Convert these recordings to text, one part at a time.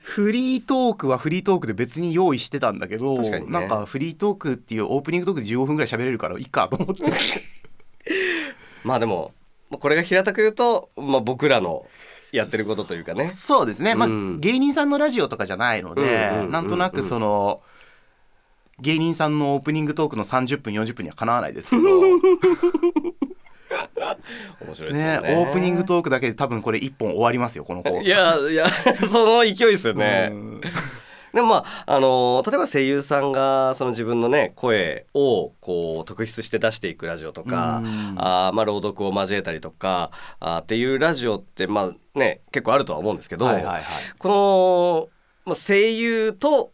フリートークはフリートークで別に用意してたんだけど、確かにねなんかフリートークっていうオープニングトークで15分ぐらい喋れるからいいかと思ってまあでもまあこれが平たく言うと、まあ、僕らのやってることというか ねそうですね、まあうん芸人さんのラジオとかじゃないので、うんうんなんとなくその芸人さんのオープニングトークの30分40分にはかなわない ですけど面白いですねよねオープニングトークだけで多分これ1本終わりますよこの子。いやいや その勢いですよね、うんでもまあ、あの例えば声優さんがその自分のね声をこう特筆して出していくラジオとか、うんあーまあ、朗読を交えたりとかあーっていうラジオってまあね結構あるとは思うんですけど、はいはいはいこの、まあ、声優と、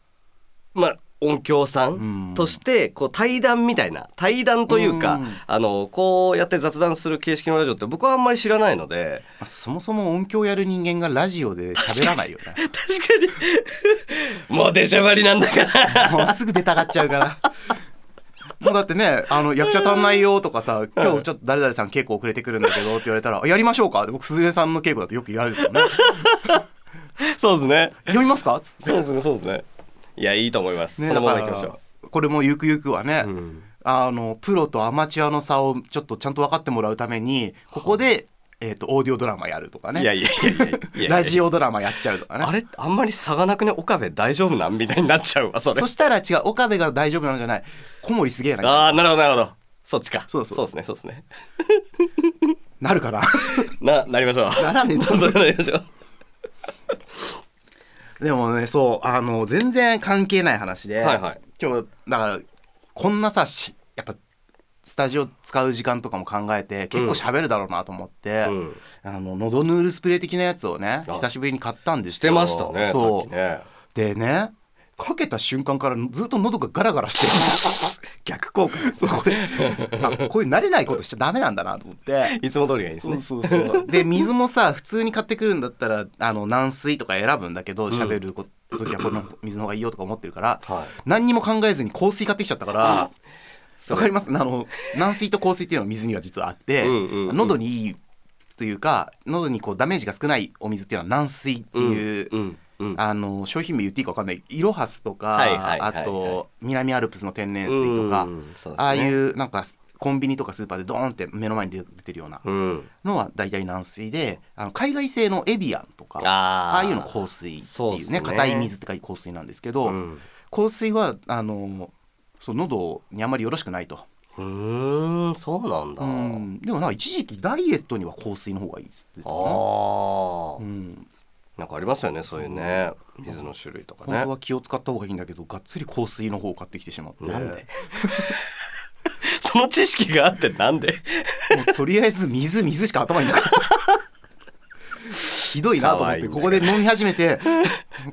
まあ、音響さうんんとしてこう対談みたいな対談というか、うんあのこうやって雑談する形式のラジオって僕はあんまり知らないので。まあそもそも音響やる人間がラジオで喋らないよね。確かに もう出しゃばりなんだから もうすぐ出たがっちゃうから。 もうだってね、あの役者足んないよとかさ、今日ちょっと誰々さん稽古遅れてくるんだけどって言われたら、あやりましょうかって僕、鈴江さんの稽古だとよく言われる からね。そうですね読みますかつって。そうですね、そうですね。いや、いいと思います。ねそのまま行だかきまらしょこれもゆくゆくはね、う。うんあの、プロとアマチュアの差をちょっとちゃんと分かってもらうために、ここで、えっと、オーディオドラマやるとかいやね。いやいやいやいやいや。ラジオ。オドラマやっちゃうとかねあ。れ、あんまり差がなくね、岡部大丈夫なんみたいになっちゃうわ、それそ。したら違う、岡部が大丈夫なのじゃない。小森すげえな。ああ、なるほど、なるほど。そっちか。そうそうそうですね、そうですね。なるかな。な、なりましょう。ならねえだそろうそれなりましょう。でもねそうあの全然関係ない話で、はいはい今日だからこんなさしやっぱスタジオ使う時間とかも考えて結構喋るだろうなと思って、うんあのノドヌールスプレー的なやつをねあ久しぶりに買ったんですしてよましたね、さっそきうね。でねかけた瞬間からずっと喉がガラガラして 逆効果。るそうこれあこういう慣れないことしちゃダメなんだなと思っていつも通りがいいですそうね。そう そう。で水もさ普通に買ってくるんだったらあの軟水とか選ぶんだけど喋るこ時はこの水の方がいいよとか思ってるから、はい何にも考えずに香水買ってきちゃった から。わかりますあの軟水と香水っていうのは水には実はあってうんうんうん喉にいいというか喉にこうダメージが少ないお水っていうのは軟水っていう、うん。うん。あの商品名言っていいか分かんないイロハスとか、はいはいはいはいあと南アルプスの天然水とか、うんそうですねああいうなんかコンビニとかスーパーでドーンって目の前に出てるようなうん。のは大体軟水であの海外製のエビアンとかああーあいうの香水ってそうっいうすねね硬い水って書いて香水なんですけど、うん香水はあのそう喉にあまりよろしくないと、うーん、そうなんだ。うあんでもなんか一時期ダイエットには香水の方がいいっつってたあなーう。ん、なんかありますよねそういうね水の種類とか本ね当は気を使った方がいいんだけどがっつり香水の方を買ってきてしまってなんでその知識があってなんでもうとりあえず水水しか頭にな かった。ひどいなと思っ可愛いんてだけこどこで飲み始めて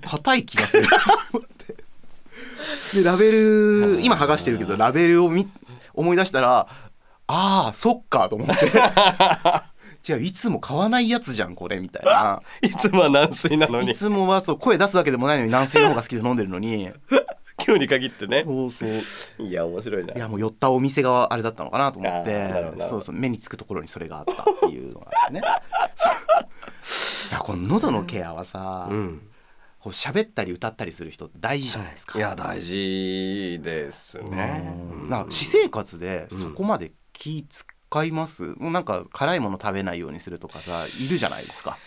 硬い気がす ると思ってでラベル今剥がしてるけどラベルを見思い出したらああそっかと思 って違ういつも買わないやつじゃんこれみたいないつもは軟水なのいにつもはそう声出すわけでもないのに軟水の方が好きで飲んでるのに今日に限ってねそうそういいや面白いなやもう寄ったお店があれだったのかなと思っあーなてるほどなるほどそうそう目につくところにそれがあったっていうのがあってね いやこの喉のケアはさ、うんこう喋ったり歌ったりする人って大事じゃないですか。いや大事ですねうんなんか私生活でそこまで気使います、もうなんか辛いもの食べないようにするとかさいるじゃないですか。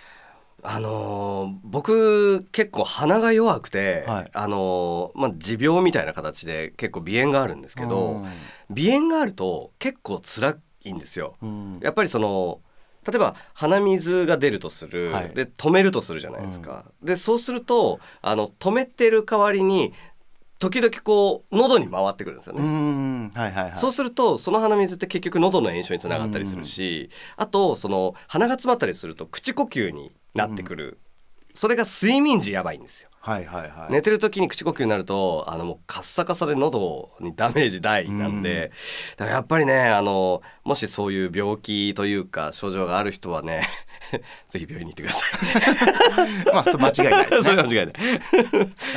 あのー僕結構鼻が弱くて、はいあのーまあ、持病みたいな形で結構鼻炎があるんですけうどん鼻炎があると結構辛いんですようんやっぱりその例えば鼻水が出るとする、はいで止めるとするじゃないですか、でそうするとあの止めてる代わりに時々こう喉に回ってくるんですよね、うんはいはいはい。そうするとその鼻水って結局喉の炎症につながったりするし、あとその鼻が詰まったりすると口呼吸になってくる、それが睡眠時やばいんですよはいはいはい。寝てる時に口呼吸になるとあのもうカッサカサで喉にダメージ大なんで、だからやっぱりねあのもしそういう病気というか症状がある人はね ぜひ病院に行ってください。 まあそう間違いないです そね。れは間違いない。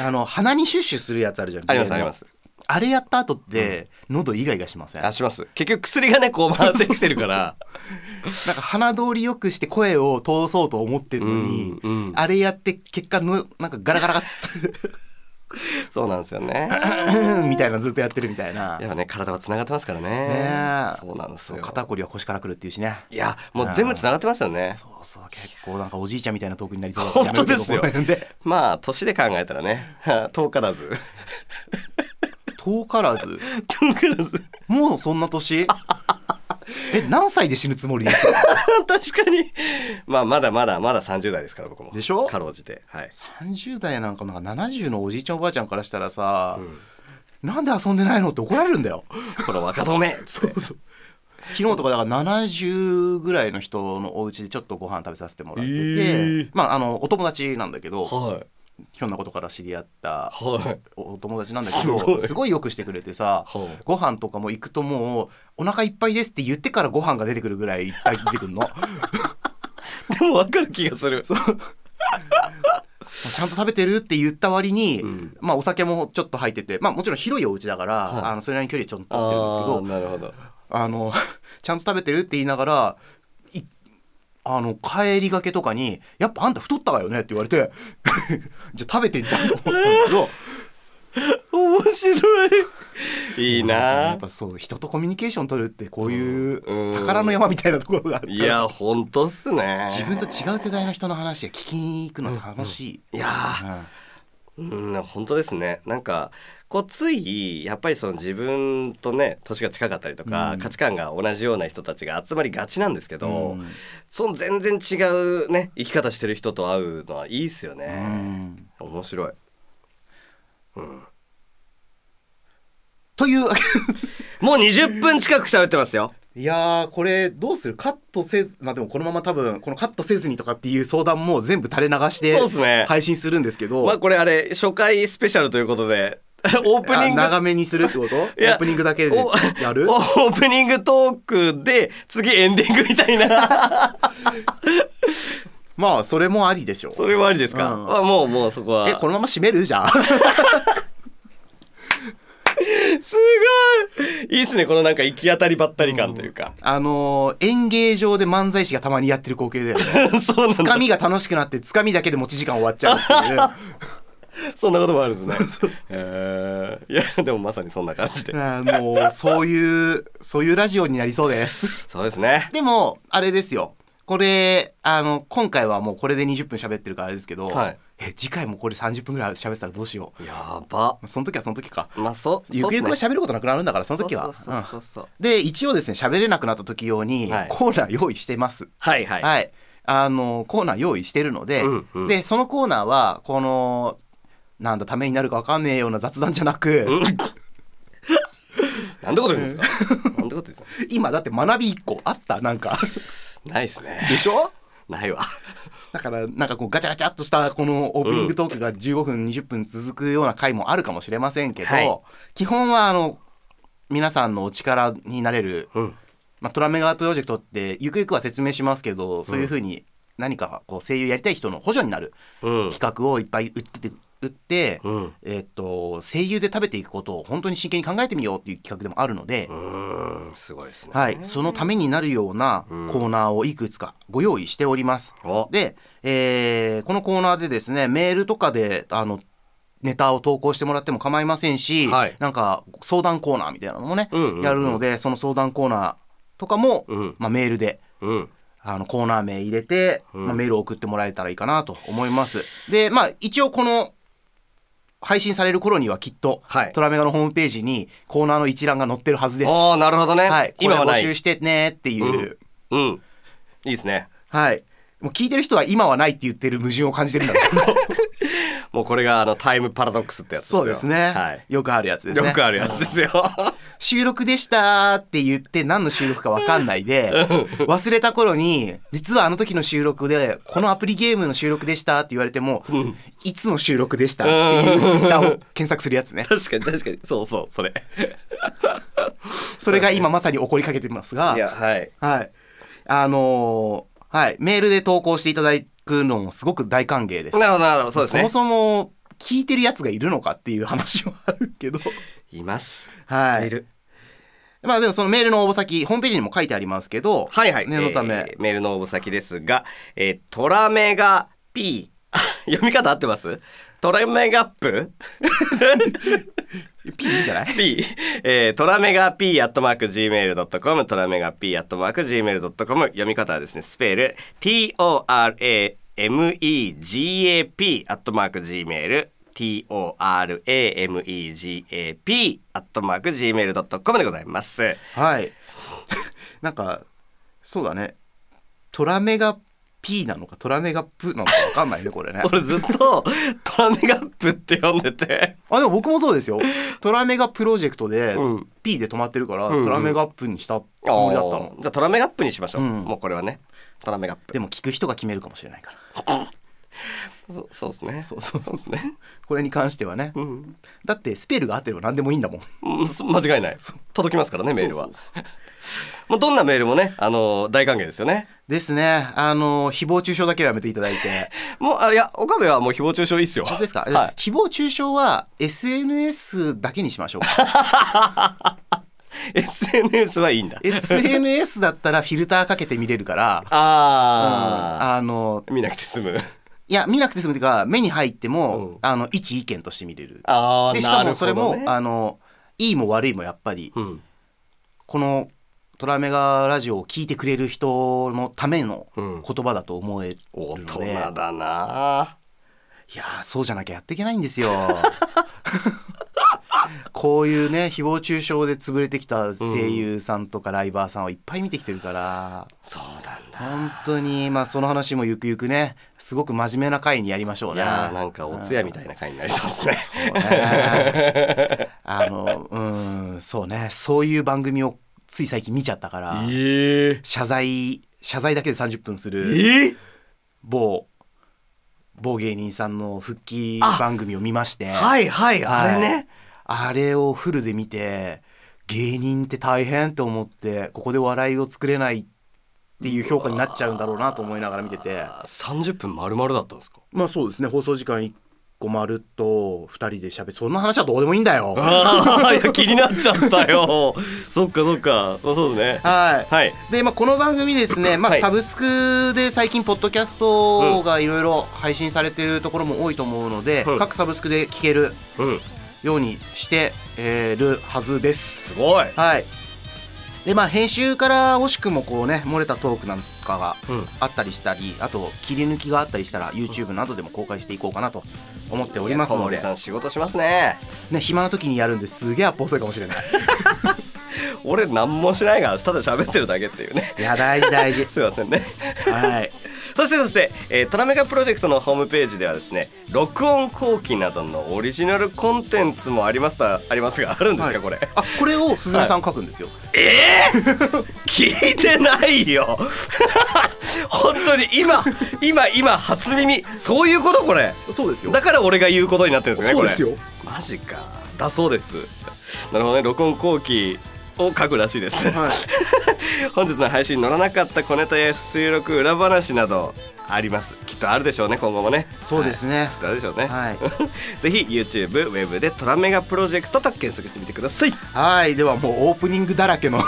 あの鼻にシュッシュするやつあるじゃん。ありますあります。あれやった後って喉イガイガしません、あします結局薬がねこう回ってきて るからなんか鼻通りよくして声を通そうと思ってるのに、うんうんあれやって結果のなんかガラガラガッつそうなんですよねみたいなずっとやってるみたいな。いやね体はつながってますからねねえそうなんですそうよ肩こりは腰からくるっていうしね。いやもう全部つながってますよねそうそう結構なんかおじいちゃんみたいなトークになりそうだ本当ですよやめとこうこの辺でまあ年で考えたらね 遠か らず遠からず遠からず もうそんな年え何歳で死ぬつもりですか確かにまあまだまだまだ30代ですから僕もでしょかろうじてはい、 30代なんかなんか70のおじいちゃんおばあちゃんからしたらさう、んなんで遊んでないのって怒られるんだよこの若造めっつって昨日とかだから70ぐらいの人のお家でちょっとご飯食べさせてもらってて、えーまああのお友達なんだけどはいひょんなことから知り合ったはいおお友達なんだけどすすごごいいよくしてくれてさはいご飯とかも行くともうお腹いっぱいですって言ってからご飯が出てくるぐらいいっぱい出て くるのもうでも分かる気がするちゃんと食べてるって言った割に、うんまあお酒もちょっと入っててまあもちろん広いお家だから、はいあのそれなりに距離ちょっと取ってるんですけあどあなるほどあの ちゃんと食べてるって言いながらいあの帰りがけとかに「やっぱあんた太ったわよね」って言われて 「じゃあ食べてんじゃん」と思ったんだけど面白い いいやなっぱそう人とコミュニケーション取るってこういううん宝の山みたいなところがあるからいや本当っすね自分と違う世代の人の話を聞きに行くの楽しい。いやーうん、本当ですねなんかこうついやっぱりその自分とね年が近かったりとか、うん価値観が同じような人たちが集まりがちなんですけうど、んその全然違うね生き方してる人と会うのはいいっすようね、ん面白い、うん、というわけもう20分近く喋ってますよいやーこれどうするカットせずまあでもこのまま多分このカットせずにとかっていう相談も全部垂れ流してそうっすね配信するんですけど、まあこれあれ初回スペシャルということ でオープニンあグ長めにするってことオいやープニングだけでやるお オープニングトークで次エンディングみた いなまあそれもありでしょうそれもありですか、うんまあもうもうそこはえこのまま締めるじゃ んすごいいいっすねこのなんか行き当たりばったり感というか、あのー演芸場で漫才師がたまにやってる光景だよね そうなんつだかみが楽しくなってつかみだけで持ち時間終わっちゃうっていうそんなこともあるんですねえーいやでもまさにそんな感じ であのそういうそういうラジオになりそうですそうですねでもあれですよこれあの今回はもうこれで20分喋ってるからあれですけど、はいえ次回もこれ30分ぐらい喋ってたらどうしよやばうその時はその時かまあそうゆくゆくはそうっすね喋ることなくなるんだからその時はそうそうそうそう、うんで一応ですね喋れなくなった時用にはいコーナー用意してますはいは、はいい、あのコーナー用意してるので、うんうんでそのコーナーはこのなんだためになるかわかんねえような雑談じゃなく、うん なんてこと言うんですかなんてこと言うんですか今だって学び一個あったなんか ないっすねでしょないわだからなんかこうガチャガチャっとしたこのオープニングトークが15分20分続くような回もあるかもしれませんけど、はい基本はあの皆さんのお力になれる、うんまあ、トラメガプロジェクトってゆくゆくは説明しますけどそういうふうに何かこう声優やりたい人の補助になるうん企画をいっぱい売ってて売って、うんえっと声優で食べていくことを本当に真剣に考えてみようっていう企画でもあるのでう、ーんすごいですねはい、そのためになるようなコーナーをいくつかご用意しております。おで、えーこのコーナーでですねメールとかであのネタを投稿してもらっても構いませんし、はいなんか相談コーナーみたいなのもね、うんうんうんやるのでその相談コーナーとかも、うんまあ、メールでうんあのコーナー名入れて、うんまあ、メールを送ってもらえたらいいかなと思います。でまあ一応この配信される頃にはきっと、はいトラメガのホームページにコーナーの一覧が載ってるはずです。おーなるほどね、はい、今はこれな募集いしてねっていう、うんうんいいですねはい。もう聞いてる人は今はないって言ってる矛盾を感じてるんだろう けどもうこれがあのタイムパラドックスってやつですよそうですね、はいよくあるやつですねよくあるやつですよ収録でしたって言って何の収録か分かんない で忘れた頃に実はあの時の収録でこのアプリゲームの収録でしたって言われても、いつの収録でしたっていうツイッターを検索するやつね確かに確かにそうそうそれそれが今まさに起こりかけてますがいやはいはいあのーはいメールで投稿していただくのもすごく大歓迎ですなるほどなるほどそうですねもそも聞いてるやつがいるのかっていう話はあるけどいます。はいいる。まあでもそのメールの応募先ホームページにも書いてありますけど、はいはい。念のためえーメールの応募先ですが、えー、トラメガ P。あ 読み方合ってますトラメガップ P いいんじゃない P、えー、トラメガ P アットマーク Gmail.com トラメガ P アットマーク Gmail.com 読み方はですねスペル TORAMEGAP アットマーク Gmail TORAMEGAP アットマーク Gmail.com でございますはい。 なんかそうだね。トラメガ P なのかトラメガプなのかわかんないねこれ ね。俺ずっとトラメガップって呼んでてあでも僕もそうですよ。トラメガプロジェクトでうん P で止まってるから、んうんトラメガアップにしたつもりだったの。おーじゃあトラメガップにしましょう、うんもうこれはねトラメガップでも聞く人が決めるかもしれないから。そそうですねそうそうそうですねこれに関してはね。うん、だってスペルが合ってれば何でもいいんだもん。うんそ間違いない届きますからねメールはそうそうそうもうどんなメールもねあの大歓迎ですよねですね。あの誹謗中傷だけはやめていただい て。もうあいや岡部はもう誹謗中傷いいっすよ本当ですか、はい誹謗中傷は SNS だけにしましょうか SNS はいいんだ SNS だったらフィルターかけて見れるからああのー、見なくて済むいや見なくて済むというか目に入っても、うんあの一意見として見れるあであしなかるもほそど、れね、もあのいいも悪いもやっぱり、うんこの「トラメガラジオ」を聞いてくれる人のためのうん言葉だと思えるの大で、人いやだなーそうじゃなきゃやっていけないんですよ こういうね誹謗中傷で潰れてきた声優さんとかライバーさんをいっぱい見てきてるから、そうなんだ本当にまあその話もゆくゆくねすごく真面目な回にやりましょういね。やーなんかお通夜みたいな回になりそうですそねうね あのうんそうねそういう番組をつい最近見ちゃったからええ謝罪謝罪だけで30分するえ某某芸人さんの復帰番組を見ましてはいはいはいあれねあれをフルで見て芸人って大変と思ってここで笑いを作れないっていう評価になっちゃうんだろうなと思いながら見てて30分丸々だったんですかまあそうですね放送時間1個まるっと2人で喋ってそんな話はどうでもいいんだよああいや気になっちゃったよそっかそっかまあそうですねはいはいで、まあ、この番組ですね、まあはいサブスクで最近ポッドキャストがいろいろ配信されているところも多いと思うので、うん各サブスクで聞けるうんようにしてえーるはずです。すごいはいでまあ、編集から惜しくもこう、ね、漏れたトークなんかがうんあったりしたりあと切り抜きがあったりしたら YouTube などでも公開していこうかなと思っております小の森で、さん仕事しますねね、暇な時にやるんですげえアップ遅いかもしれない俺何もしないがただ喋ってるだけっていうね いや大事大事すいませんね はいそしてそして、えートラメガプロジェクトのホームページではですね録音後期などのオリジナルコンテンツもありますたありますがあるんですか、はいこれあこれを鈴音さん書くんですよ、聞いてないよ 本当に今今今初耳そういうことこれそうですよだから俺が言うことになってるんですねそうですこよれマジかだそうですなるほどね録音後期を書くらしいです、はい 本日の配信に乗らなかった小ネタや収録裏話などありますきっとあるでしょうね今後もねそうですね、はいきっとあるでしょうね、はい、 ぜひ YouTube ウェブでトラメガプロジェクトと検索してみてくださいはいではもうオープニングだらけの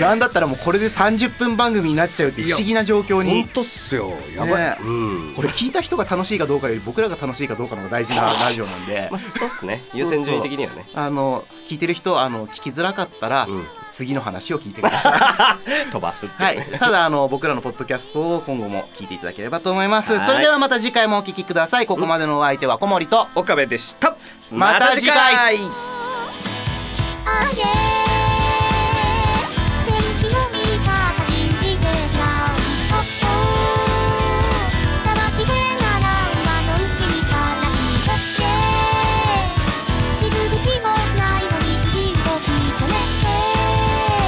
なんだったらもうこれで30分番組になっちゃうっていう不思議な状況に本当っすよやばい、ねえうんこれ聞いた人が楽しいかどうかより僕らが楽しいかどうかの方が 大事なラジオなんでまあ、そうっすねそう優そう先順位的に はねあの聞いてる人あの聞きづらかったら、うん次の話を聞いてください飛ばすってはいいうね、ただあの僕らのポッドキャストを今後も聞いていただければと思いますはいそれではまた次回もお聞きくださいここまでのお相手は小森と岡部でしたまた次回「あげ」「天気の味方信じてしまう」「そっと」「騙してなら今のうちに悲しがって」「傷口もないのに次をきとねて」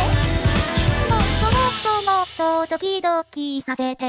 「もっともっともっとドキドキさせて」